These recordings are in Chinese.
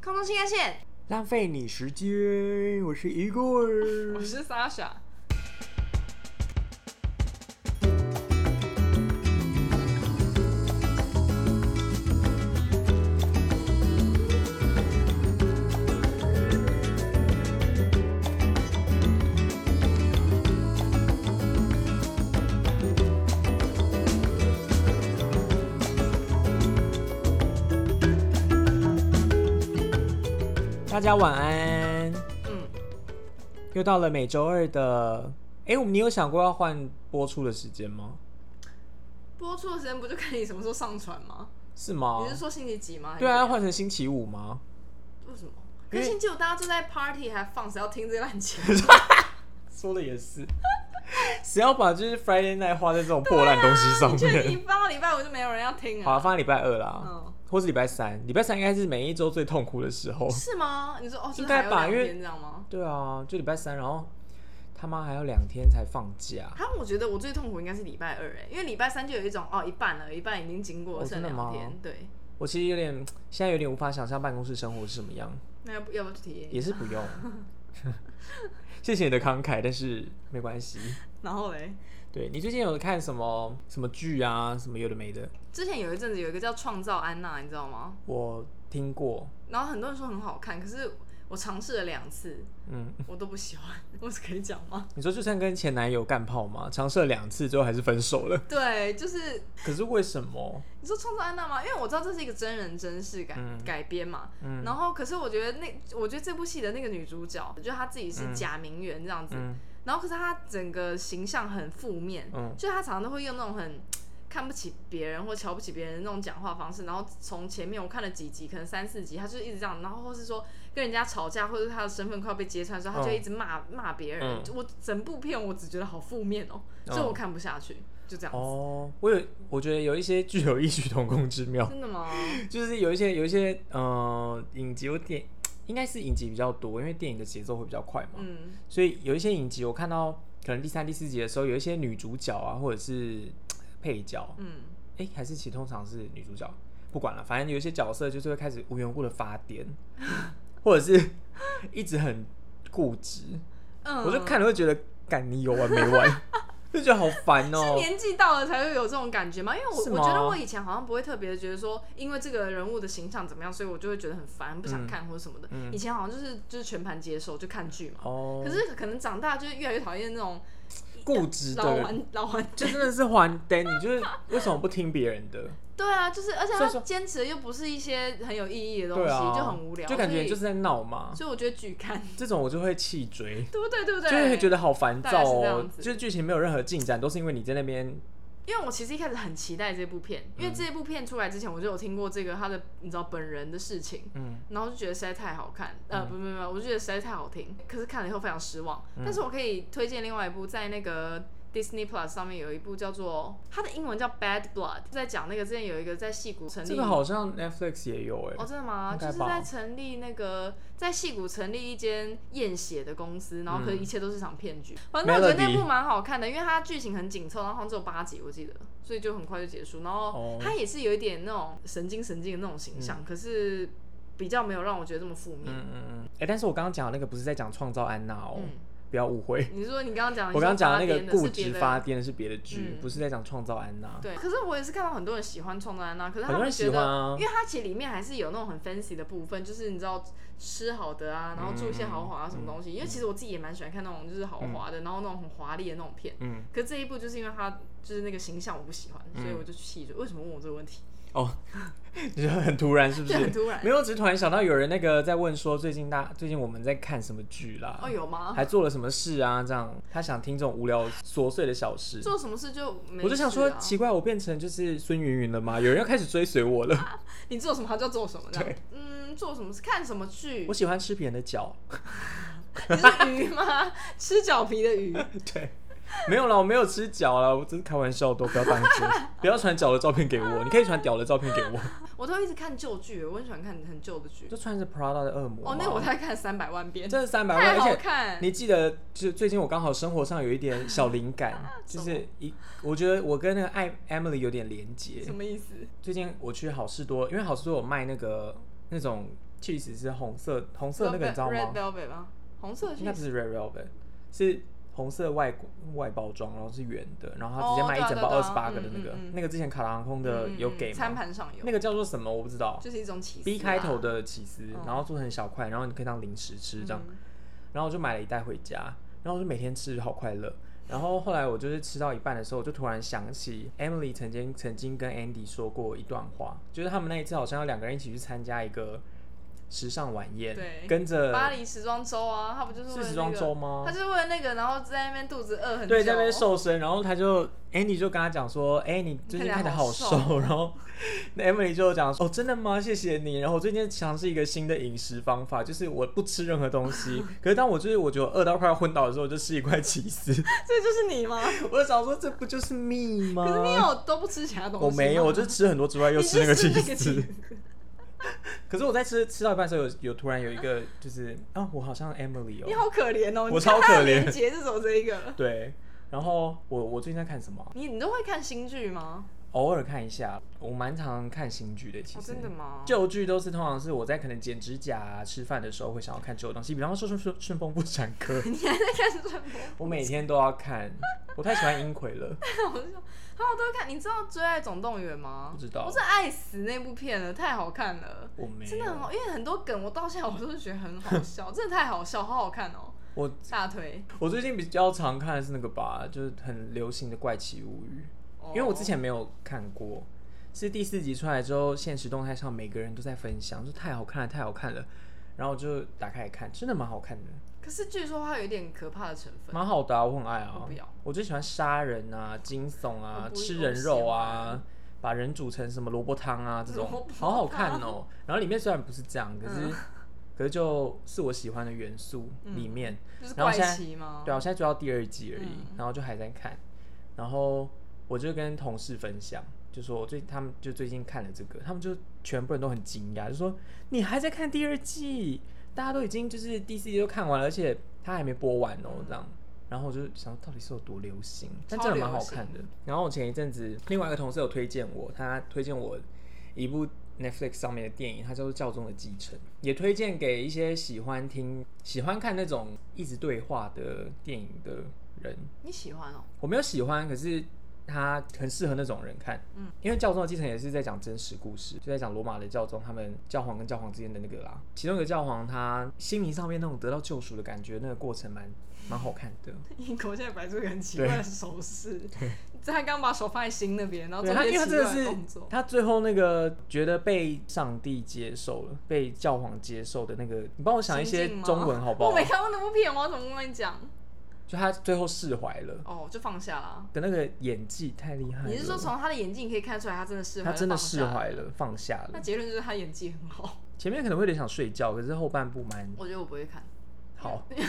空中新干线，浪费你时间，我是一个儿我。是 Sasha。大家晚安，嗯，又到了每周二的。哎、我们你有想过要换播出的时间吗？播出的时间不就看你什么时候上传吗？是吗你？是说星期几吗？哦对还是啊，要怎样，换成星期五吗？为什么？因为可是星期五大家都在 party 还放，谁要听这烂节目？说的也是，谁要把就是 Friday night 花在这种破烂东西 上你啊确面？定放到礼拜五就没有人要听好、啊，啊？放在礼拜二啦，嗯或是礼拜三。礼拜三应该是每一周最痛苦的时候。是吗？你说哦，应该吧就是还有两因为天这样吗？对啊，就礼拜三，然后他妈还有两天才放假。他我觉得我最痛苦应该是礼拜二哎，因为礼拜三就有一种哦一半了，一半已经经过了，哦剩真的吗两天，对，我其实有点，现在有点无法想象办公室生活是什么样，那要不要不要去体验一下？也是不用。谢谢你的慷慨，但是没关系。然后嘞，对你最近有看什么什么剧啊，什么有的没的，之前有一阵子有一个叫《创造安娜》，你知道吗？我听过。然后很多人说很好看，可是我尝试了两次，嗯，我都不喜欢。我是可以讲吗？你说就算跟前男友干炮嘛，尝试了两次，最后还是分手了。对，就是可是为什么？你说创造安娜吗？因为我知道这是一个真人真事改、嗯改编嘛。嗯然后，可是我觉得那，我觉得这部戏的那个女主角，就她自己是假名媛这样子。嗯然后，可是她整个形象很负面，嗯就是她常常都会用那种很看不起别人或瞧不起别人的那种讲话方式。然后从前面我看了几集，可能三四集，她就一直这样。然后或是说跟人家吵架，或者是她的身份快要被揭穿的时候，她就嗯一直骂、骂别人。嗯我整部片我只觉得好负面哦，所以嗯我看不下去，就这样子。哦，我有，我觉得有一些具有异曲同工之妙，真的吗？就是有一些有一些呃影集有点，应该是影集比较多，因为电影的节奏会比较快嘛。嗯，所以有一些影集，我看到可能第三、第四集的时候，有一些女主角啊，或者是配角，嗯，哎、还是其实通常是女主角，不管了，反正有一些角色就是会开始无缘无故的发癫，或者是一直很固执，嗯我就看了会觉得，干你有完没完，就觉得好烦是哦、年纪到了才会有这种感觉吗？因为我是我吗觉得我以前好像不会特别觉得说，因为这个人物的形象怎么样，所以我就会觉得很烦，不想看或者什么的。嗯以前好像就是就是全盘接受，就看剧嘛。哦，可是可能长大就是越来越讨厌那种固执老的人。顽 老顽。就真的是还灯，你就是为什么不听别人的？对啊，就是而且所他以说坚持的又不是一些很有意义的东对西，啊，就很无聊，就感所觉以就是在闹嘛。所以我觉得剧看，这种我就会气追， 对不对？对不对？就会觉得好烦大躁概是这哦样。子就是剧情没有任何进展，都是因为你在那边因为我其实一开始很期待这部片，因嗯为这部片出来之前我就有听过这个他的你知道本人的事情，嗯然后就觉得实在太好看，呃，不不不，我就觉得实在太好听，可是看了以后非常失望。嗯但是我可以推荐另外一部，在那个 Disney Plus 上面有一部叫做它的英文叫 Bad Blood，在讲那个之前有一个在戏骨成立这个好像 Netflix 也有哎、哦，真的吗？应就该是吧在成立那个在戏谷成立一间验血的公司，然后可是嗯一切都是场骗局。反正我觉得 Melody 那部蛮好看的，因为它剧情很紧凑，然后好像只有八集我记得，所以就很快就结束。然后哦它也是有一点那种神经神经的那种形象，可是比较没有让我觉得这么负面。嗯嗯嗯。哎、但是我刚刚讲的那个不是在讲创造安娜哦、嗯不要误会。你说你刚刚讲的，我刚刚讲你说发癫那个的固是别执的发癫的是别的剧嗯，不是在讲创造安娜。对，可是我也是看到很多人喜欢创造安娜，可是他很多们人觉喜得，欢啊因为它其实里面还是有那种很 fancy 的部分，就是你知道吃好的啊，然后住一些豪华啊什么东西。因为其实我自己也蛮喜欢看那种就是豪华的，然后那种很华丽的那种片。嗯。 可是这一部就是因为它就是那个形象我不喜欢，所以我就弃追。为什么问我这个问题？ 哦，你说很突然是不是？对很突然没有，只是突然想到有人那个在问说，最近大最近我们在看什么剧啦？哦，有吗？还做了什么事啊？这样他想听这种无聊琐碎的小事。做什么事就没、啊。我就想说，奇怪，我变成就是孙云云了吗？有人要开始追随我 了。你做什么他就做什么，这样对。嗯，做什么事看什么剧我？喜欢吃别人的脚。你是鱼吗？吃脚皮的鱼。对，没有啦，我没有吃脚啦，我只是开玩笑的，不要当真，不要传脚的照片给我，你可以传屌的照片给我。我都一直看旧剧，我很喜欢看很旧的剧。就穿着 Prada 的恶魔嘛。哦，那我才看三百万遍，真的三百太万，好而且看。你记得，就是最近我刚好生活上有一点小灵 感，就是一，我觉得我跟那个艾 Emily 有点连接什。么意思？最近我去好事多，因为好事多有卖那个那种 cheese 是红色，红色那个你知道 Red 吗？ Velvet 吗？红色的应该 cheese 不是 red velvet，是红色外外包装，然后是圆的，然后它直接哦卖一对啊整包对啊二十八个的嗯那个，嗯嗯那个之前卡拉航空的嗯嗯有嗯给餐吗？盘上有，那个叫做什么我不知道就是一种起司啊，B 开头啦的起司，嗯然后做成小块，然后你可以当零食吃这样。嗯然后我就买了一袋回家，然后我就每天吃，好快乐。然后后来我就是吃到一半的时候，我就突然想起 Emily 曾经曾经跟 Andy 说过一段话，就是他们那一次好像要两个人一起去参加一个时尚晚宴，对跟着巴黎时装周啊，他不就是为是了呃时装那个周吗他？就是为了那个，然后在那边肚子饿很久，对，在那边瘦身，然后他就 Andy 就跟他讲说，哎、你最近看起来看起来好好瘦，瘦然后那 Emily 就讲说，哦，真的吗？谢谢你。然后我最近尝试一个新的饮食方法，就是我不吃任何 东西，可是当我就是我觉得饿到快要昏倒的时候，我就吃一块起 司。这就是你吗？我就想说，这不就是 me 吗？可是你有都不吃其他东西吗？嗯我没有，我就吃很多之外又你吃那就个吃起那个起司司。，可是我在吃吃到一半的时候有，有突然有一个就是啊，我好像 Emily 你哦，好可怜哦， 我你超看他可的怜连结是走这一个，对。然后我我最近在看什么啊？你你都会看新剧吗？偶尔看一下，我蛮常看新剧的。其哦，实、真的吗？旧剧都是通常是我在可能剪指甲啊、吃饭的时候会想要看旧的东西，比方说顺顺顺风不闪歌， 你还在看《春风》？我每天都要看。我太喜欢英奎 了，我就说，好，我都会看。你知道《追爱总动员》吗？不知道我是爱死那部片了，太好看了，我没真的哦很有，好。因为很多梗，我到现在我都是觉得很好 笑，真的太好笑，好好看哦。我大腿，我最近比较常看的是那个吧，就是很流行的《怪奇物语》，哦因为我之前没有看过，是第四集出来之后，现实动态上每个人都在分享，就太好看了，太好看了。然后我就打开来看，真的蛮好看的，哦，可是据说它有一点可怕的成分。蛮好的啊，我很爱啊。我不要我最喜欢杀人啊、惊悚啊我、不吃人肉我不喜啊欢，把人煮成什么萝卜汤啊这种萝卜，汤嗯好好看哦。然后里面虽然不是这样，可是、可是就是我喜欢的元素里面。就是然后怪现在奇吗？对啊，我现在追到第二季而已，哦嗯然后就还在看，然后我就跟同事分享，就说我最他们就最近看了这个，他们就全部人都很惊讶，就说你还在看第二季，大家都已经就是第四季都看完了，而且它还没播完哦，这样。然后我就想到底是有多流行，但超真的蛮流好行看的。然后我前一阵子另外一个同事有推荐我，他推荐我一部 Netflix 上面的电影，它叫做《教宗的继承》，也推荐给一些喜欢听、喜欢看那种一直对话的电影的人。你喜欢哦？ 我没有喜欢，可是它很适合那种人看。嗯，因为《教宗的继承》也是在讲真实故事，就在讲罗马的教宗他们教皇跟教皇之间的那个啦。其中一个教皇他心灵上面那种得到救赎的感觉，那个过程蛮蛮好看的。英国现在摆出一个很奇对怪的手势， 他刚把手放在心那边，然后对做他，一因些为奇他真的怪的是动作。他最后那个觉得被上帝接受了，被教皇接受的那个，你帮我想一些心境吗中文好不好我？没看过那部片，我要怎么跟你讲？就他最后释怀了哦，就放下 啦。的那个演技太厉害了。你是说从他的眼睛可以看出来，他真的释怀？他真的放下释怀。了，放下那了？结论就是他演技很 好，前面可能会有点想睡觉，可是后半部蛮我觉得我不会看。好。你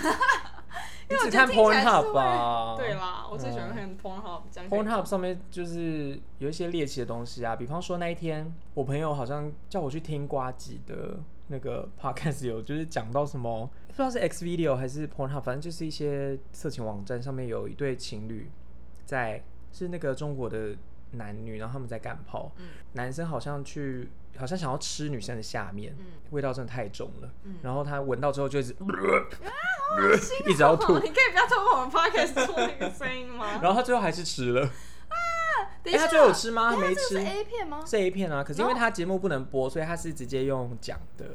因为只我觉看得听起来 Pornhub 就是吧？会，对啦，我最喜欢看 Pornhub 这样可以。啊嗯 Pornhub 上面就是有一些猎奇的东西啊，比方说那一天我朋友好像叫我去听瓜吉的那个 podcast，有就是讲到什么不知道是 X Video 还是 Pornhub，反正就是一些色情网站上面有一对情侣在是那个中国的男女，然后他们在干炮，嗯男生好像去好像想要吃女生的下面，嗯味道真的太重了，嗯然后他闻到之后就一直、心啊一直要好，吐你可以不要透过我们 podcast 做那个声音吗？然后他最后还是吃了，等一哎、下，他最后有吃吗？他等一没下这吃个是。A 片吗？这一片啊，可是因为哦然后他节目不能播，所以他是直接用讲的、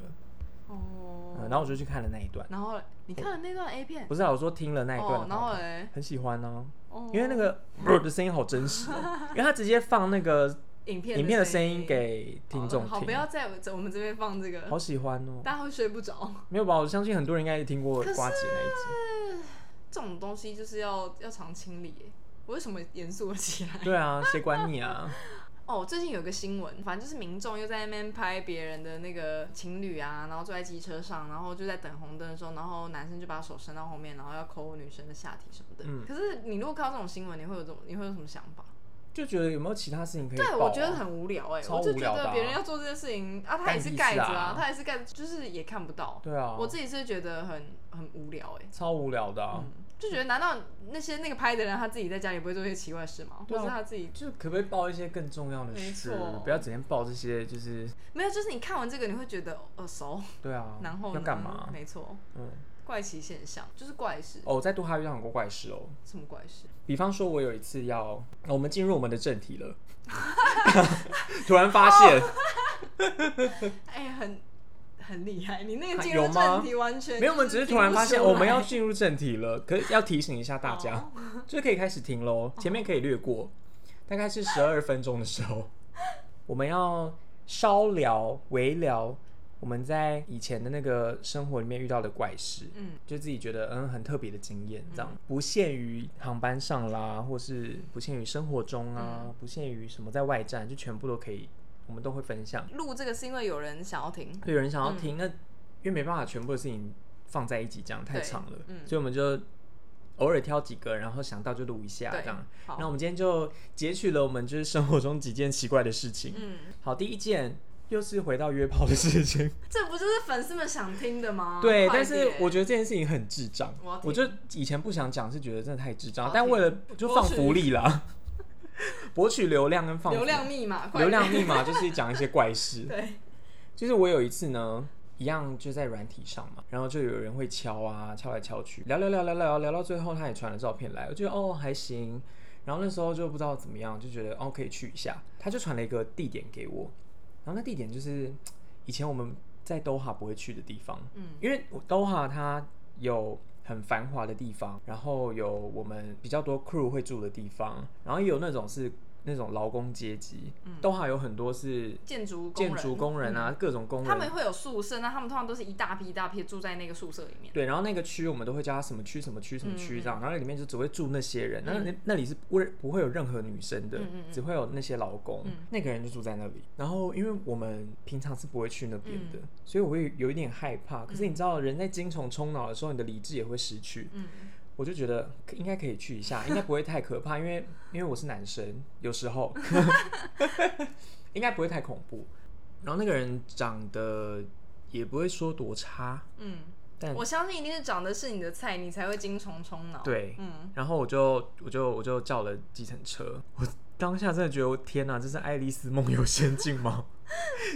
哦嗯。然后我就去看了那一段，然后你看了那段 A 片，不是啊，我说听了那一段哦的，话，然后嘞，很喜欢哦、哦因为 那个呃的声音好真实、哦，因为他直接放那个影片影片的声声音给听众哦好，不听，要在我们这边放这个好，喜欢哦、大家会睡不着。 没有吧？我相信很多人应该也听过可是瓜姐那一集，这种东西就是要要常清理耶。我为什么严肃了起来？对啊，谁管你啊？哦，最近有个新闻，反正就是民众又在那边拍别人的那个情侣啊，然后坐在机车上，然后就在等红灯的时候，然后男生就把手伸到后面，然后要抠女生的下体什么的。嗯可是你如果看到这种新闻，你会有这种你会有什么想法？就觉得有没有其他事情可以、对，报我觉得啊很无聊哎、超我就无觉聊的得啊别人要做这件事情啊，他干也是屁盖事着啊他也是盖着，就是也看不到。对啊，我自己是觉得很很无聊哎、超无聊的、啊嗯就觉得难道那些那个拍的人他自己在家里不会做一些奇怪的事吗？对或啊是他自己就可不可以报一些更重要的没事错，不要整天报这些，就是没有？就是你看完这个你会觉得耳熟，对啊，然后要呢干嘛？没错，嗯，怪奇现象就是怪事，哦，我在杜哈遇到很多怪事哦。什么怪事？比方说，我有一次要，哦我们进入我们的正题了，突然发现、哎、很很厉害，你那个进啊有入吗正题完全没有，我们只是突然发现我们要听进入正题了，可是要提醒一下不出来大家，就可以开始听哦喽，前面可以略过，大概是十二分钟的时候， 我们要稍聊、微聊我们在以前的那个生活里面遇到的怪事，嗯，就自己觉得嗯很特别的经验，这样、不限于航班上啦，或是不限于生活中啊，嗯不限于什么在外站，就全部都可以，我们都会分享。哦录这个是因为有人想要听，有人想要听，那因为没办法全部的事情放在一起讲，太对长了，嗯所以我们就偶尔挑几个，然后想到就录一下对这样。好那我们今天就截取了我们就是生活中几件奇怪的事情。嗯，好，第一件又是回到约炮的事 情，这不就是粉丝们想听的吗？对，快但是点我觉得这件事情很智障我要，听我就以前不想讲，是觉得真的太智障好，但听为了就放福利啦， 博取流量跟放流福量密码，快流量点。密码就是讲一些怪事 对，就是我有一次呢，一样就在软体上嘛，然后就有人会敲啊，敲来敲去，聊聊聊聊聊聊到最后，他也传了照片来，我觉得哦还行，然后那时候就不知道怎么样，就觉得哦可以去一下，他就传了一个地点给我，然后那地点就是以前我们在 Doha 不会去的地方，嗯，因为我 Doha 它有。很繁华的地方，然后有我们比较多 crew 会住的地方，然后也有那种是那种劳工阶级。都 Doha 有很多是建筑工建人嗯筑工人啊，各种工他人，们会有宿舍，那他们通常都是一大批一大批住在那个宿舍里面。对，然后那个区我们都会叫它什么区、什么区、什么嗯区这样，然后里面就只会住那些人，那那那里是不不会有任何女生的，嗯嗯只会有那些老公，那个人就住在那里。然后因为我们平常是不会去那边的，嗯所以我会有一点害怕。可是你知道，人在精虫充脑的时候，你的理智也会失去。嗯我就觉得应该可以去一下，应该不会太 可怕，因为因为我是男生，有时候应该不会太恐怖。然后那个人长得也不会说多差，嗯，但我相信一定是长得是你的菜，你才会精虫充脑。对嗯，然后我就我就我就叫了计程车，我当下真的觉得我天哪，这是《爱丽丝梦游仙境》 吗？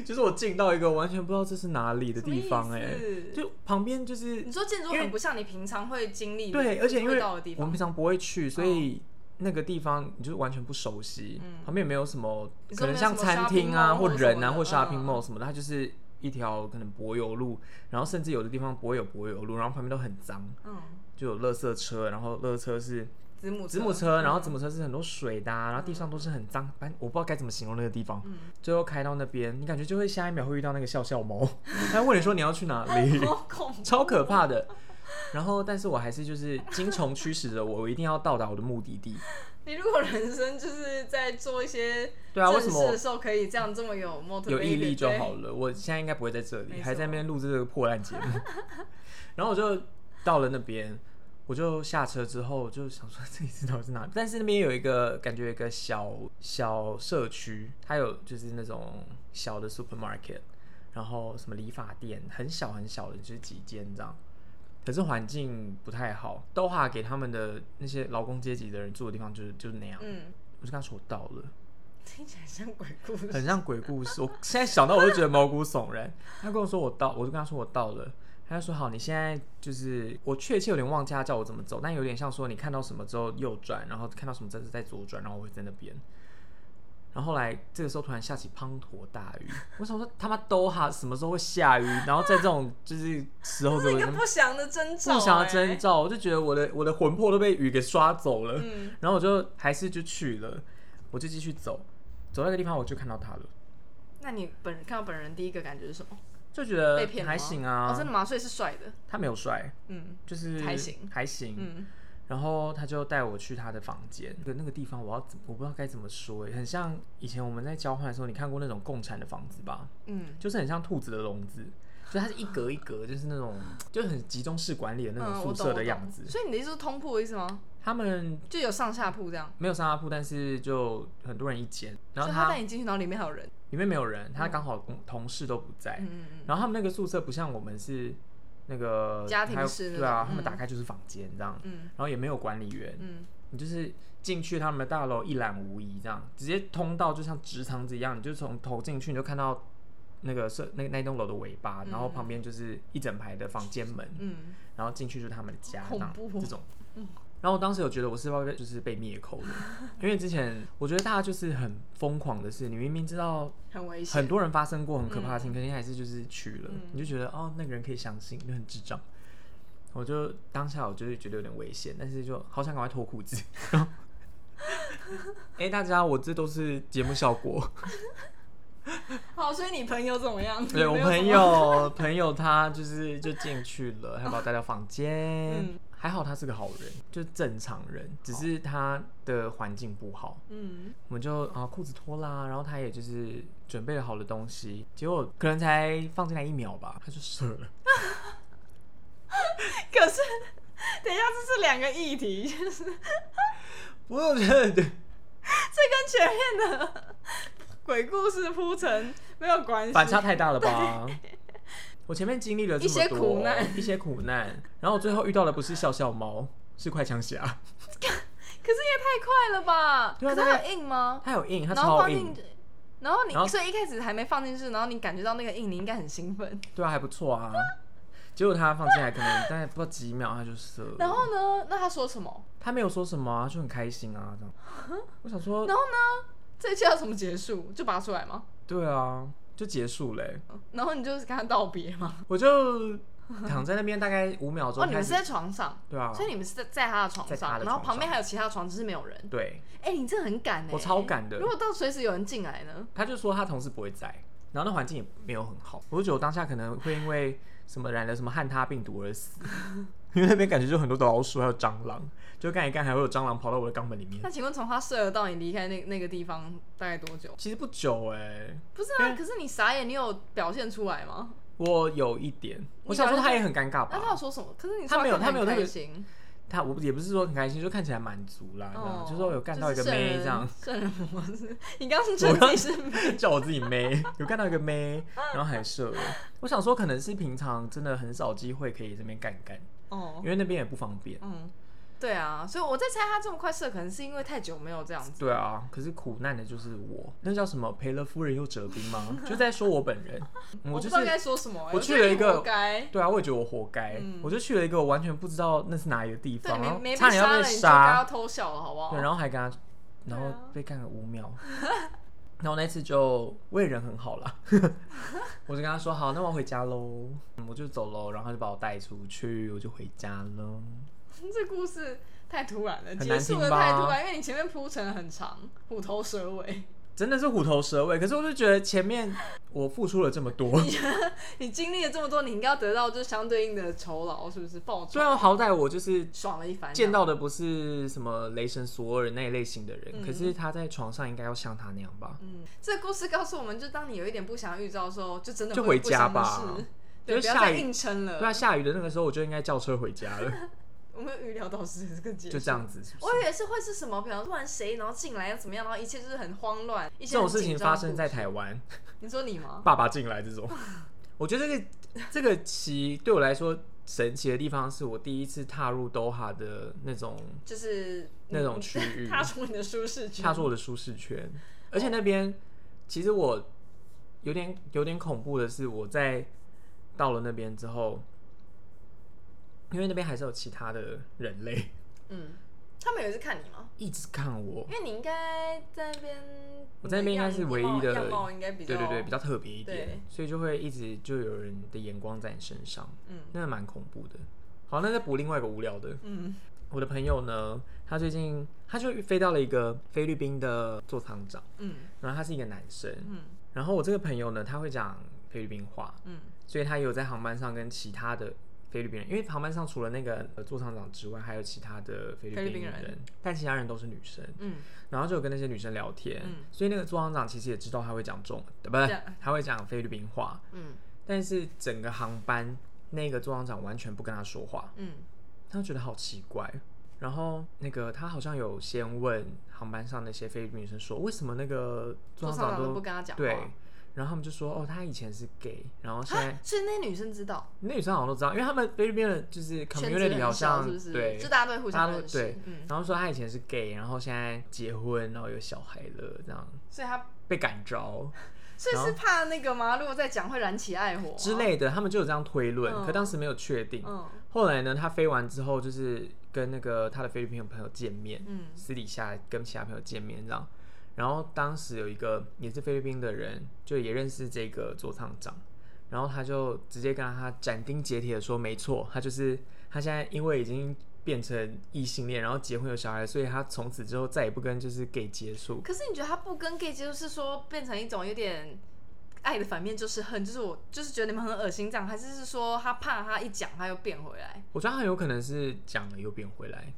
就是我进到一个完全不知道这是哪里的地方、什么哎，意思就旁边就是你说建筑因为很不像你平常会经历的对，而且因会为到的地我们方哦平，常不会去，所以那个地方你就是完全不熟悉，旁边也没有什么嗯你可说没能有像什么餐 shopping 厅啊 mall 或或什人么啊的或 shopping 嗯 mall 什么的，它就是一条可能柏油路，然后甚至有的地方柏油柏油路，然后旁边都很脏，嗯，就有垃圾车，然后垃圾车是。子母子母嗯车，然后子母车是很多水的啊、然后地上都是很脏，反正我不知道该怎么形容那个地嗯方。最后开到那边，你感觉就会下一秒会遇到那个笑笑猫， 他会问你说你要去哪里， 好恐怖，超可怕的。然后，但是我还是就是精虫驱使着我，我一定要到达我的目的地。你如果人生就是在做一些对啊，为什正么事的时候可以这样这么有 motivation，有毅力就对好了。我现在应该不会在这没里，错还在那边录制这个破烂节目。 然后我就到了那边，我就下车之后就想说 这里是到底是哪里？但是那边有一个感觉有一个小小社区，它有就是那种小的 supermarket，然后什么理发店，很小很小的，就是几间这样。可是环境不太好，都哈给他们的那些劳工阶级的人住的地方就是就是那样。嗯，我就跟他说我到了。听起来像鬼故事。 很像鬼故事。我现在想到我就觉得毛骨悚然。他跟我说我到，我就跟他说我到了。他就说好，你现在就是我确切有点忘记他叫我怎么走，但有点像说你看到什么之后右转，然后看到什么之后再左转，然后我会在那边。然后后来这个时候突然下起滂沱大雨，我想说他妈都哈什么时候会下雨？然后在这种就是 时候这怎是一么个不祥的征兆、不祥的哎征兆，我就觉得我的我的魂魄都被雨给刷走了。嗯，然后我就还是就去了，我就继续走，走到一个地方我就看到他了。那你本人看到本人第一个感觉是什么？就觉得被骗了吗还行哦，啊，真的吗？所以是帅的，他没有帅，嗯就是还行还行。嗯，然后他就带我去他的房间，对那个地方我要怎我不知道该怎么说欸耶，很像以前我们在交换的时候，你看过那种共产的房子吧？嗯，就是很像兔子的笼子，就它是一格一格，就是那 种就是很集中式管理的那嗯种我宿懂舍我的懂样子。所以你的意思是通铺的意思吗？他们就有上下铺这样。没有上下铺，但是就很多人一间，然所后以他嗯带你进去，然后里面还有人。里面没有人，他刚好同同事都不在，嗯嗯嗯。然后他们那个宿舍不像我们是那个家庭还有式那对啊种，他嗯们打开就是房间这样，嗯然后也没有管理员，嗯，你就是进去他们的大楼一览无遗，这样直接通道就像直肠子一样，你就从头进去你就看到那个社那那栋楼的尾巴，嗯然后旁边就是一整排的房间门，嗯，然后进去就是他们的家，好这恐样怖哦这种。然后我当时有觉得我是不是被就是被灭口的，因为之前我觉得大家就是很疯狂的事，你明明知道很危险，很多人发生过很可怕的事情，可是你还是就是去了，嗯你就觉得哦那个人可以相信，就很智障。我就当下我就是觉得有点危险，但是就好想赶快脱裤子。 然后，哎、大家，我这都是节目效果。 好，所以你朋友怎么样？对我没有什朋么，友，朋友他就是就进去了，他把我带到房间。嗯还好他是个好人，就正常人，只是他的环境不好。嗯，我们就啊裤子脱啦，然后他也就是准备了好的东西，结果可能才放进来一秒吧，他就射了。可是等一下，这是两个议题，就是这我觉得跟前面的鬼故事铺陈没有关系， 反差太大了吧？ 我前面经历了这么多一些苦难，一些苦难，然后我最后遇到的不是笑笑猫，是快枪侠。可是也太快了吧？对啊可是大概很硬吗？他有硬，他然后超放硬进，，然后你然后所以一开始还没放进去，然后你感觉到那个硬，你应该很兴奋。对啊，还不错啊。结果他放进来可能大概不知道几秒，他就射 了。然后呢？那他说什么？他没有说什么啊，就很开心啊，这样。我想说，然后呢？这一切要怎么结束？就拔出来吗？对啊，就结束欸嘞、然后你就是跟他道别吗？我就躺在那边大概五秒哦，钟你们开是始，在床上，对啊，所以你们是在在他的床在他上，的然后床旁边上还有其他床，只是没有人。对，哎、你这很敢哎、我超敢的如果到随时有人进来呢？他就说他同事不会在，然后那环境也没有很好，我就觉得我当下可能会因为什么染了什么汉他病毒而死， 因为那边感觉就很多的老鼠还有蟑螂，就干一干还会有蟑螂跑到我的肛门里面那。请问从他射了到你离开那那个地方大概多久？其实不久哎、不是啊，可是你傻眼，你有表现出来吗？我有一点，我想说他也很尴尬那他有吧，说什么？可是你啊他说没有看他起没来有很那个开心，他我也不是说很开心，就看起来满足啦，这样哦，哎就说有干到一个妹这样，就是圣人，圣人模式。你刚刚说自己是 妹 叫我自己妹，有干到一个妹，嗯然后还射了。我想说可能是平常真的很少机会可以这边干干，哦因，为那边也不方便。嗯，对啊，所以我在猜他这么快射，可能是因为太久没有这样子。对啊，可是苦难的就是我，那叫什么赔了夫人又折兵 吗？就在说我本人，嗯我我不就知道是该说什么、欸，我去觉得了一你个活该，对啊，我也觉得我活该，嗯我就去了一个我完全不知道那是哪一个地对，方，然没后没被差杀点要了，被你就该要杀，偷笑了，好不好？对，然后还跟他，哦对然啊后被干了五秒， 然后那次就我也人很好啦， 我就跟他说好，那我回家喽，嗯我就走喽，然后他就把我带出去，我就回家喽。 这故事太突然了，很结难束听的太突吧然，因为你前面铺陈得很长，虎头蛇尾， 真的是虎头蛇尾，可是我就觉得前面我付出了这么多， 你经历了这么多，你应该要得到就相对应的酬劳，是不是？报酬虽，然好歹我就是爽了一番。啊见到的不是什么雷神索尔那一类型的人，嗯可是他在床上应该要像他那样吧？嗯，这故事告诉我们，就当你有一点不祥预兆的时候，就真的就会有回不家祥的吧事，对，不就要下再雨硬撑了。对啊，下雨的那个时候我就应该叫车回家 了，我没有预料到是这个结就局。这样子是不我是？以为是会是什么，比方突然谁然后进来要怎么样，然后一切就是很慌乱，一切这种很事紧情张发的生故在事台湾，你说你吗？爸爸进来这种， 我觉得这个这个奇对我来说神奇的地方是我第一次踏入 Doha 的那种就是那种你区域，踏出你的舒适区，踏出我的舒适圈。而且那边其实我有点有点恐怖的是，我在到了那边之后，因为那边还是有其他的人类 嗯，他们有一次看你吗？一直看我因，为你应该在那边，我在那边应该是唯一的你样貌应该比较对对对，比较特别一对点，所以就会一直就有人的眼光在你身上，嗯那蛮恐怖的。好，那再补另外一个无聊的，嗯我的朋友呢，他最近他就飞到了一个菲律宾的座舱长，嗯然后他是一个男生，嗯然后我这个朋友呢，他会讲菲律宾话，嗯所以他有在航班上跟其他的菲律宾人，因为航班上除了那个呃座舱长之外，还有其他的菲菲律律宾宾人人，但其他人都是女生，嗯，然后就有跟那些女生聊天，嗯所以那个座舱长其实也知道他会讲中，呃不对是他会讲菲律宾话，嗯但是整个航班那个座舱长完全不跟他说话，嗯他就觉得好奇怪。然后那个他好像有先问航班上那些菲律宾女生说，为什么那个座座上舱长长都都不跟他讲话，对，然后他们就说哦，他以前是 gay，然后现在啊，所以那女生知道，那女生好像都知道，因为他们菲律宾的就是圈子 community 好很小像是不是？对就，大家都会互大相家都认识，对嗯，然后说他以前是 gay，然后现在结婚，然后有小孩了，这样所以他被感召所以然是后怕那个吗？如果再讲会燃起爱火吗之，类的，他们就有这样推论，嗯可当时没有确定。嗯后来呢，他飞完之后，就是跟那个他的菲律宾朋友见面，嗯私底下跟其他朋友见面这样。然后当时有一个也是菲律宾的人，就也认识这个佐仓长，然后他就直接跟他斩钉截铁的说，没错，他就是他现在因为已经变成异性恋，然后结婚有小孩，所以他从此之后再也不跟就是 gay 接触。可是你觉得他不跟 gay 接触，是说变成一种有点爱的反面就是恨，就是我就是觉得你们很恶心这样，还是是说他怕他一讲他又变回来，我觉得他很有可能是讲了又变回来，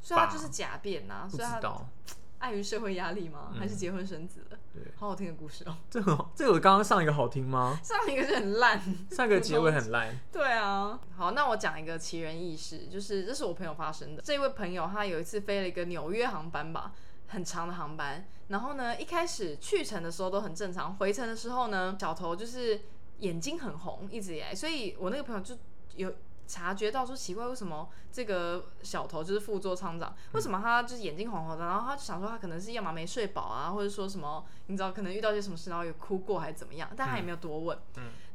所以他吧就是假变呐、不所知以他道。嗯碍于社会压力吗？还是结婚生子了？对，好好听的故事哦、 这很好这个刚刚上一个好听吗？上一个就很烂。上一个结尾很烂。对啊，好，那我讲一个奇人异事，就是这是我朋友发生的。这位朋友他有一次飞了一个纽约航班吧，很长的航班。然后呢，一开始去程的时候都很正常，回程的时候呢，小头就是眼睛很红，一直以来，所以我那个朋友就有。察觉到说奇怪，为什么这个小头就是副座舱长，为什么他就是眼睛红红的？然后他就想说他可能是要么没睡饱啊，或者说什么，你知道可能遇到一些什么事，然后有哭过还是怎么样，但他也没有多问。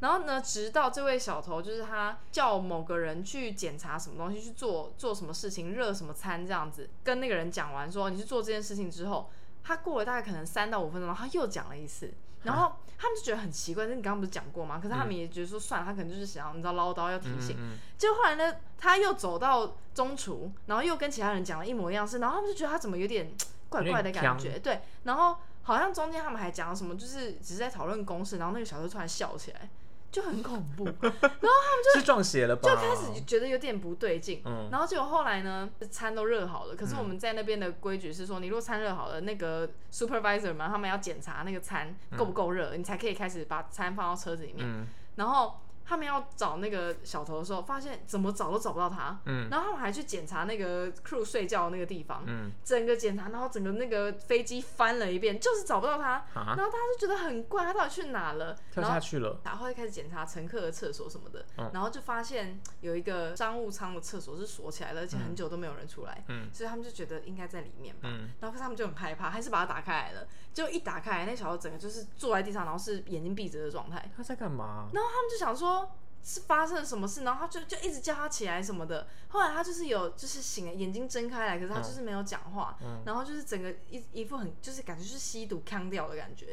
然后呢，直到这位小头就是他叫某个人去检查什么东西，去做做什么事情，热什么餐这样子，跟那个人讲完说你去做这件事情之后，他过了大概可能三到五分钟，他又讲了一次。然后他们就觉得很奇怪，那你刚刚不是讲过吗？可是他们也觉得说算了，他可能就是想要你知道唠叨要提醒，嗯结果后来呢，他又走到中厨，然后又跟其他人讲了一模一样的事，然后他们就觉得他怎么有点怪怪的感觉，对，然后好像中间他们还讲了什么，就是只是在讨论公事，然后那个小偷突然笑起来，就很恐怖，是撞邪了吧？就开始就觉得有点不对劲。嗯然后结果后来呢，餐都热好了，可是我们在那边的规矩是说，你如果餐热好了，那个 supervisor 们他们要检查那个餐够不够热，你才可以开始把餐放到车子里面。嗯然后他们要找那个小头的时候，发现怎么找都找不到他。嗯然后他们还去检查那个 crew 睡觉的那个地方，嗯整个检查，然后整个那个飞机翻了一遍，就是找不到他。啊然，后大家就觉得很怪，他到底去哪了？跳然后下去了。然后就开始检查乘客的厕所什么的，嗯然后就发现有一个商务舱的厕所是锁起来的，而且很久都没有人出来，嗯所以他们就觉得应该在里面吧。嗯，然后可是他们就很害怕，还是把它打开来了。结果一打开来，那小孩整个就是坐在地上，然后是眼睛闭着的状态。他在干嘛？然后他们就想说是发生了什么事，然后他就就一直叫他起来什么的。后来他就是有就是醒了，眼睛睁开来，可是他就是没有讲话，嗯然后就是整个一一副很就是感觉就是吸毒腔掉的感觉，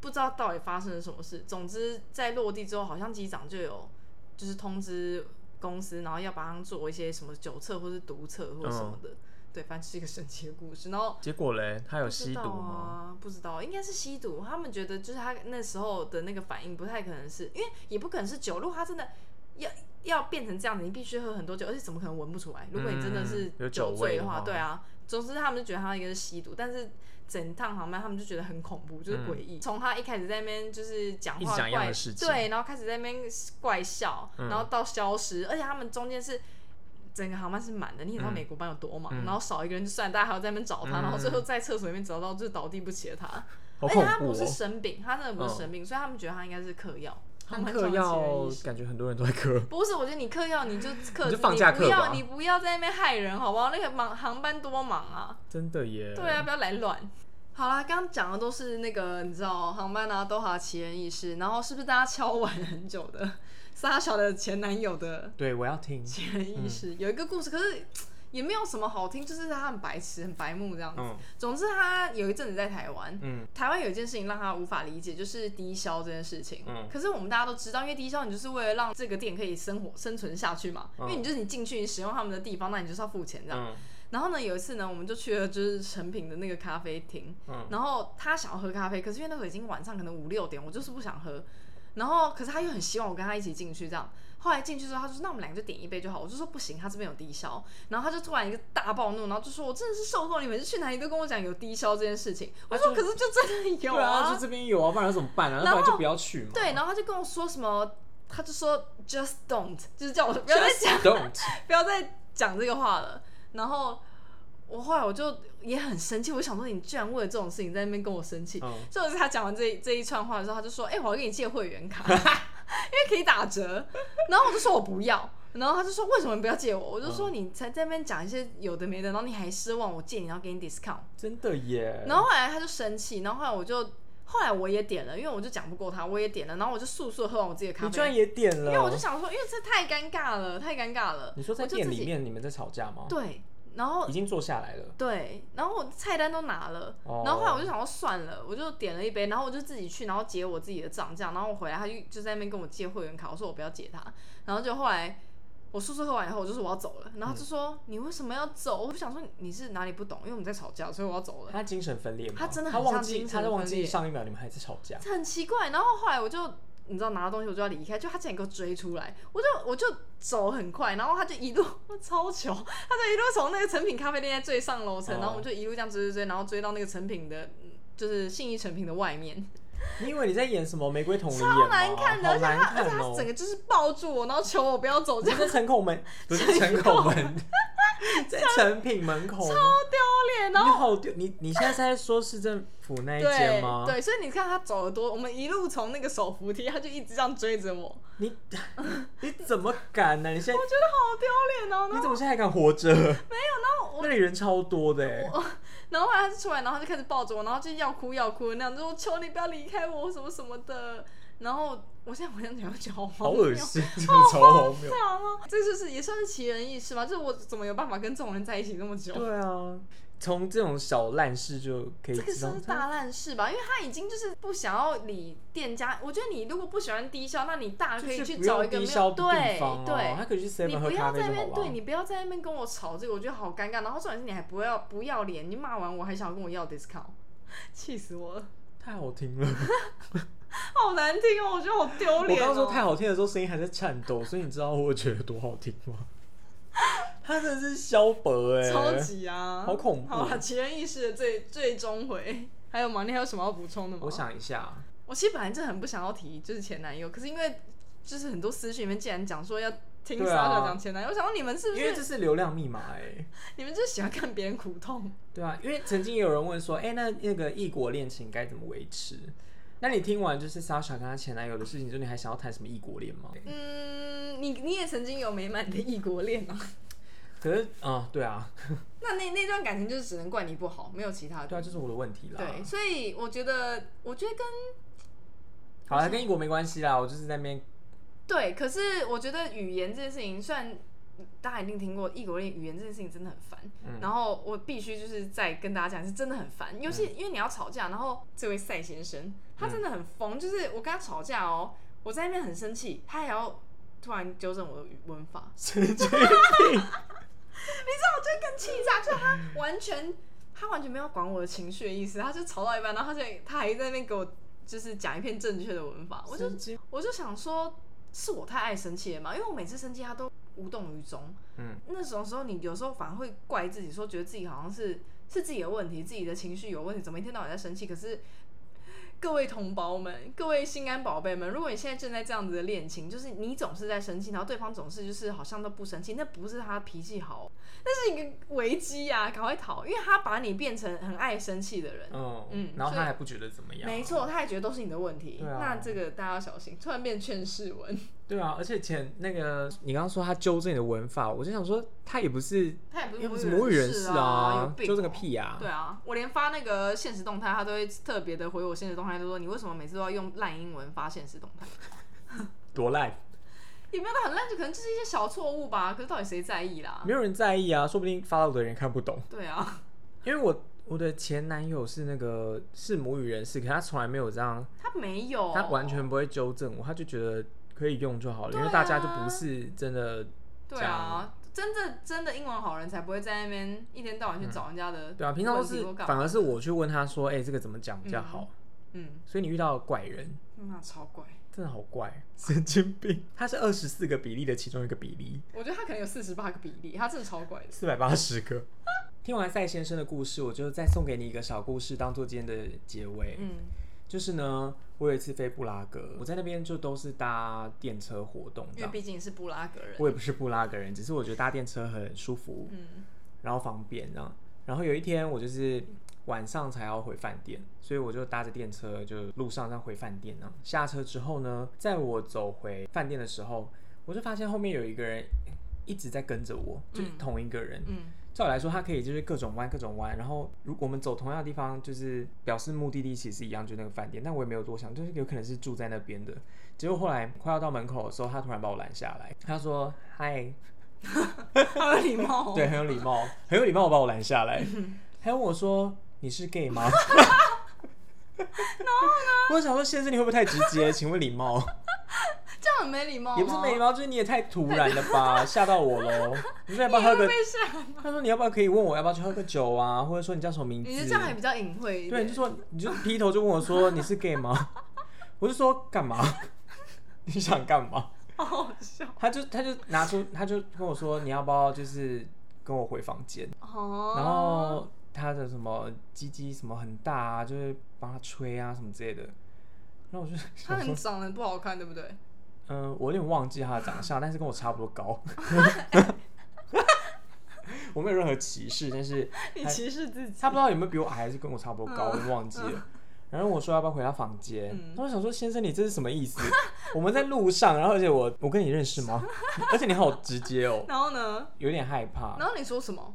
不知道到底发生了什么事。总之在落地之后，好像机长就有就是通知公司，然后要帮他做一些什么酒测或是毒测或者什么的。对，反正是一个神奇的故事。然后结果嘞，他有不知吸毒道吗？啊，不知道，应该是吸毒。他们觉得就是他那时候的那个反应不太可能是，因为也不可能是酒。如果他真的要要变成这样子，你必须喝很多酒，而且怎么可能闻不出来？如果你真的是嗯有酒酒醉味的的话，话对啊。总之，他们就觉得他应该是吸毒，但是整趟航班他们就觉得很恐怖，就是诡异。从、他一开始在那边就是嗯讲一直话讲一样怪的事情对，然后开始在那边怪笑，嗯然后到消失，而且他们中间是整个航班是满的，你也知道嗯美国班有多忙，嗯然后少一个人就算，大家还要在那边找他，嗯然后最后在厕所里面找到就是倒地不起的他，好而且恐他怖不是哦！生病，他真的不是生病，所以他们觉得他应该是嗑药，他们们嗑药，感觉很多人都在嗑。不是，我觉得你嗑药 你就嗑，你就放假不嗑吧要你不要在那边害人好不好？那个忙航班多忙啊，真的耶。对啊，，不要来乱。好啦，刚刚讲的都是那个你知道航班啊，都好奇人异事，然后是不是大家敲碗很久的，撒小的前男友的对，我要听。奇人嗯异事，有一个故事，可是也没有什么好听，就是他很白痴、很白目这样子。嗯总之，他有一阵子在台湾，嗯台湾有一件事情让他无法理解，就是低消这件事情。嗯可是我们大家都知道，因为低消你就是为了让这个店可以生活生存下去嘛，因为你就是你进去你使用他们的地方，那你就是要付钱这样。嗯然后呢，有一次呢，我们就去了就是成品的那个咖啡厅，嗯然后他想要喝咖啡，可是因为那时候已经晚上可能五六点，我就是不想喝。然后可是他又很希望我跟他一起进去这样。后来进去之后，他就说：“那我们两个就点一杯就好。”我就说：“不行，他这边有低消。”然后他就突然一个大暴怒，然后就说：“我真的是受够你每次去哪里都跟我讲有低消这件事情。”我说：“可是就真的有对啊，就这边有啊，不然要怎么办啊？然那不后然就不要去嘛。对，然后他就跟我说什么，他就说 “just 啊 don't”，就是叫我不要再讲 Don't。不要再讲这个话了。然后我后来我就也很生气，我想说你居然为了这种事情在那边跟我生气。嗯，所以我是他讲完这一这一串话的时候，他就说：“哎、我要跟你借会员卡，因 为可以打折。”然后我就说我不要，然后他就说：“为什么你不要借我？”我就嗯说：“你才在那边讲一些有的没的，然后你还奢望我借你，然后给你 discount。”真的耶。然后后来他就生气，然后后来我就后来我也点了，因为我就讲不过他，我也点了，然后我就速速地喝完我自己的咖你居然啡，也点因了，为我就想说，因为这太尴尬了，太尴尬了。你说在我就店自里己面你们在吵架吗？对，然后已经坐下来了。对，然后我菜单都拿了，哦然后后来我就想说算了，我就点了一杯，然后我就自己去，然后结我自己的账，这样，然后我回来他就就在那边跟我借会员卡，我说我不要借他，然后就后来我叔叔喝完以后，我就说我要走了，然后他就说、你为什么要走？我就想说你是哪里不懂，因为我们在吵架，所以我要走了。他精神分裂吗？他真的他很忘像记，精他神在忘分记裂上一秒你们还在吵架。很奇怪。然后后来我就你知道拿了东西我就要离开，就他竟然给我追出来，我就我就走很快，然后他就一路超糗，他就一路从那个成品咖啡店在最上楼层，哦然后我们就一路这样追追追，然后追到那个成品的。嗯就是信义成品的外面，你以为你在演什么玫瑰同人演超吗难看的，哦好而且难他，而且看他哦！整个就是抱住我，然后求我不要走，这你样在城口门， 不是城口门， 在成品门口吗。丢脸，然你后好丢！你你现在是在说市政府那一间对吗？，对，所以你看他走得多，我们一路从那个手扶梯，他就一直这样追着我， 你你怎么敢呢、你现在我觉得好丢脸哦。然后你怎么现在还敢活着？没有，后那里人超多的、欸，然后后来他就出来，然后他就开始抱着我，然后就要哭要哭的那样，就说求你不要离开我什么什么的。然后我现在回想起来，我觉得好好荒谬恶心，真的超荒谬。啊！这就是也算是奇人异事吧，就是我怎么有办法跟这种人在一起那么久？对啊，从这种小烂事就可以这个知道算是，大烂事吧，因为他已经就是不想要理店家。我觉得你如果不喜欢低消，那你大可以就是去不找用一个低没消有的地对方哦，他对，可以去你 seven 喝不咖要啡在就那好边对了。啊你不要在那边跟我吵这个，我觉得好尴尬。然后重点是你还不要不要脸，你骂完我还想跟我要 discount，气 死我了。太好听了，好难听哦，我觉得好丢我脸、刚哦。刚说太好听的时候声音还在颤抖，所以你知道我觉得多好听吗？ 他真的是萧伯哎、超级啊，好恐怖好 啦奇人异事的最最终回，还有吗？你还有什么要补充的吗？我，想一下，我其实本来就很不想要提，就是前男友，可是因为就是很多私讯里面竟然讲说要听对 s 啊 a 讲前男友，我想说你们是不因为这是是流量密码哎、你们就是喜欢看别人苦痛？对啊，因为曾经也有人问说，哎、那那个异国恋情该怎么维持？那你听完就是 Sasha 跟她前男友的事情之后，你还想要谈什么异国恋吗？ 嗯，你你也曾经有美满的异国恋啊， 可是啊、对啊，那那那段感情就是只能怪你不好，没有其他对的。啊，这是我的问题啦。对，所以我觉得，我觉得跟好了，跟异国没关系啦，我就是在那边 对，可是我觉得语言这件事情，虽然大家一定听过异国恋，语言这件事情真的很烦。嗯然后我必须就是再跟大家讲，是真的很烦，尤其因为你要吵架，然后这位赛先生他真的很疯，就是我跟他吵架哦，我在那边很生气，他还要突然纠正我的语文法，神经病。你知道我就更气炸，就是他完全他完全没有管我的情绪的意思，他就吵到一半，然后他就他还在那边给我就是讲一篇正确的文法，我就神经我就想说，是我太爱生气了嘛？因为我每次生气，他都无动于衷。嗯，那种时候，你有时候反而会怪自己，说觉得自己好像是是自己的问题，自己的情绪有问题，怎么一天到晚在生气？可是。各位同胞们，各位心肝宝贝们，如果你现在正在这样子的恋情，就是你总是在生气，然后对方总是就是好像都不生气，那不是他脾气好，那是一个危机呀、赶快逃，因为他把你变成很爱生气的人。嗯嗯然后所他以还不觉得怎么样。没错，他也觉得都是你的问题。对啊那这个大家要小心，突然变劝世文。对啊，而且前那个你刚刚说他纠正你的文法，我就想说他也不是他也不也不是是母语人士士有啊，病、纠正个！屁啊！对啊，我连发那个现实动态，他都会特别的回我现实动态，就说你为什么每次都要用烂英文发现实动态？多烂，也没有到很烂，就可能就是一些小错误吧。可是到底谁在意啦？没有人在意啊，说不定发到我的人也看不懂。对啊， 因为我我的前男友是那个是母语人士，可他从来没有这样，他没有，他完全不会纠正我，他就觉得可以用就好了，对啊因为大家就不是真的对啊，真的真的英文好人才不会在那边一天到晚去找人家的、对啊，平常都问是题或干嘛反而是我去问他说，哎、这个怎么讲比较好？嗯，所以你遇到怪人那超怪。真的好怪，神经病。他是二十四个比例的其中一个比例，我觉得他可能有四十八个比例，他真的超怪的。四百八十个。 听完赛先生的故事，我就再送给你一个小故事，当做今天的结尾。嗯就是呢，我有一次飞布拉格，我在那边就都是搭电车活动这因为样。毕竟是布拉格人。我也不是布拉格人，只是我觉得搭电车很舒服，嗯然后方便这样。然后有一天我就是晚上才要回饭店，所以我就搭着电车就路上这样回饭店呢。下车之后呢，在我走回饭店的时候，我就发现后面有一个人一直在跟着我，就是嗯同一个人。嗯，照理来说，它可以就是各种弯各种弯，然后如果我们走同样的地方，就是表示目的地其实一样，就那个饭店。但我也没有多想，就是有可能是住在那边的。结果后来快要到门口的时候，他突然把我拦下来，他说：“嗨，好有礼貌、哦。对，很有礼貌，很有礼貌，把我拦下来，还问我说你是 gay 吗？然后呢？我想说先生你会不会太直接？请问礼貌这样很没礼貌吗，也不是没礼貌，就是你也太突然了吧，吓到我喽！你说要不要喝个被？吓，他说你要不要可以问我要不要去喝个酒啊，或者说你叫什么名字？你是这样还比较隐晦一点。对，你就说你就劈头就问我说你是 gay 吗？我就说干嘛？ 你想干嘛？ 好好笑他就他就拿出他就跟我说你要不要就是跟我回房间，哦。然后他的什么鸡鸡什么很大啊，就是帮他吹啊什么之类的。然后我就他想很，说长得不好看，对不对？嗯、我有点忘记他的长相，但是跟我差不多 高。 我没有任何歧视，但是你歧视自己他不知道有没有比我矮，还是跟我差不多高，我忘记了。然后我说要不要回他房间，嗯然后我想说先生你这是什么意思？ 我们在路上，然后而且我我跟你认识吗？ 而且你好直接哦，然后呢？有点害怕。然后你说什么？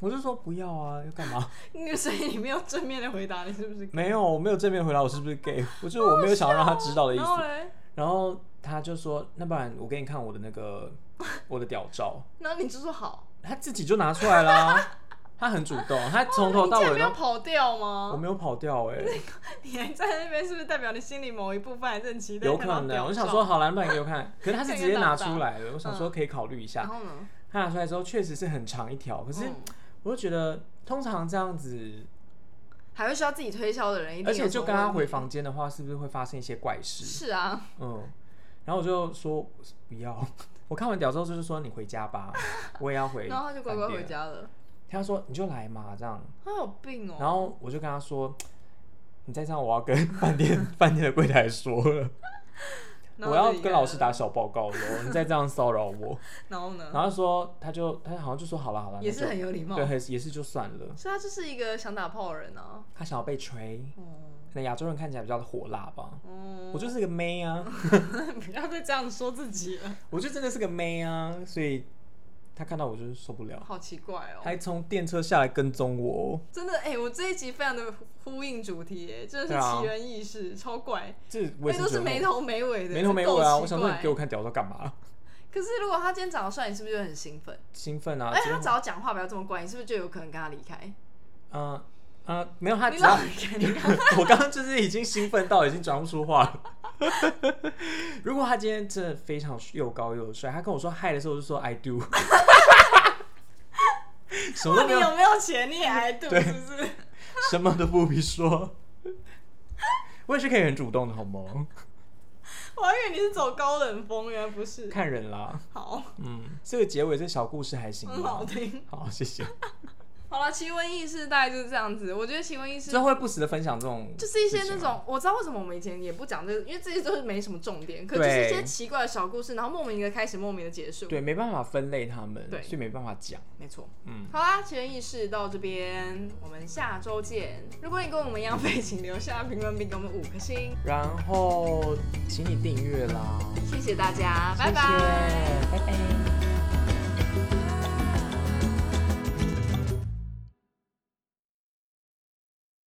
我就说不要啊，要干嘛？你的声音里面有正面的回答，你是不是？没有，我没有正面回答我是不是 gay，我就是我没有想要让他知道的意哦然后思。嘞，然后他就说那不然我给你看我的那个我的屌照，然后你就说好。他自己就拿出来啦。他很主动，他从头哦到你竟然尾没都有跑掉我吗？没有跑掉哎、你还在那边，是不是代表你心里某一部分还是很期待有可看到能，啊屌我想照说，好蓝本给我 看，可是他是直接拿出来了，我想嗯说可以考虑一然下。后呢？他拿出来之后确实是很长一条，可是嗯我就觉得通常这样子，还会需要自己推销的人，一定而且有就什么跟他问回题房间的话，是不是会发生一些怪事？是啊，嗯，然后我就说不要。 我看完屌之后就是说你回家吧，我也要回。 然后他就乖乖回。家了。他说你就来嘛这样，他有病哦、然后我就跟他说，你再这样我要跟饭店 饭店的柜台说了，然后我要就离跟开老师了。打小报告喽，你再这样骚扰我。然后呢？然后说他就他好像就说好了好了，也啊那是就很有礼貌。对，很也是就算了。所以他就是一个想打炮的人啊。他想要被吹，哦、可能亚洲人看起来比较火辣吧。嗯， 我就是个妹啊，不要再这样说自己了， 我就真的是个妹啊，所以他看到我就是受不了，好奇怪哦、还从电车下来跟踪我哦，真的，哎、我这一集非常的呼呼应主题、哎，真的对是啊奇人异事，超怪，这那我也哎都觉是得没很头没尾的，没头没尾啊！够奇我想说你怪给我看屌照干嘛？可是如果他今天长得帅，你是不是就很兴奋？兴奋啊！而且结哎他果只要讲话不要这么怪，你是不是就有可能跟他离开？嗯嗯，没有他你只老要离开， 你看我刚刚就是已经兴奋到已经讲不出话了。 如果他今天真的非常又高又帅，他跟我说嗨的时候，我就说 I do，什么都你没有，有没有钱 你也挨度对是不是？什么都不必说。我也是可以很主动的，好吗？我还以为你是走高冷风，原来不是。看人啦，好，嗯，这个结尾这小故事还行很好吗？听。好，谢谢。好了，奇闻异事大概就是这样子。我觉得奇闻异事之后会不时的分享这种 就事是一情啊，些那种，我知道为什么我们以前也不讲这个，因为这些都是没什么重点，可就对是一些奇怪的小故事，然后莫名的开始，莫名的结束。，对没办法分类他们，对所以没办法讲。没错。嗯，好啦，奇人异事到这边，我们下周见。如果你跟我们一样 废，请留下评论并给我们五颗星，然后请你订阅啦，谢谢大家，谢谢拜拜。拜拜。拜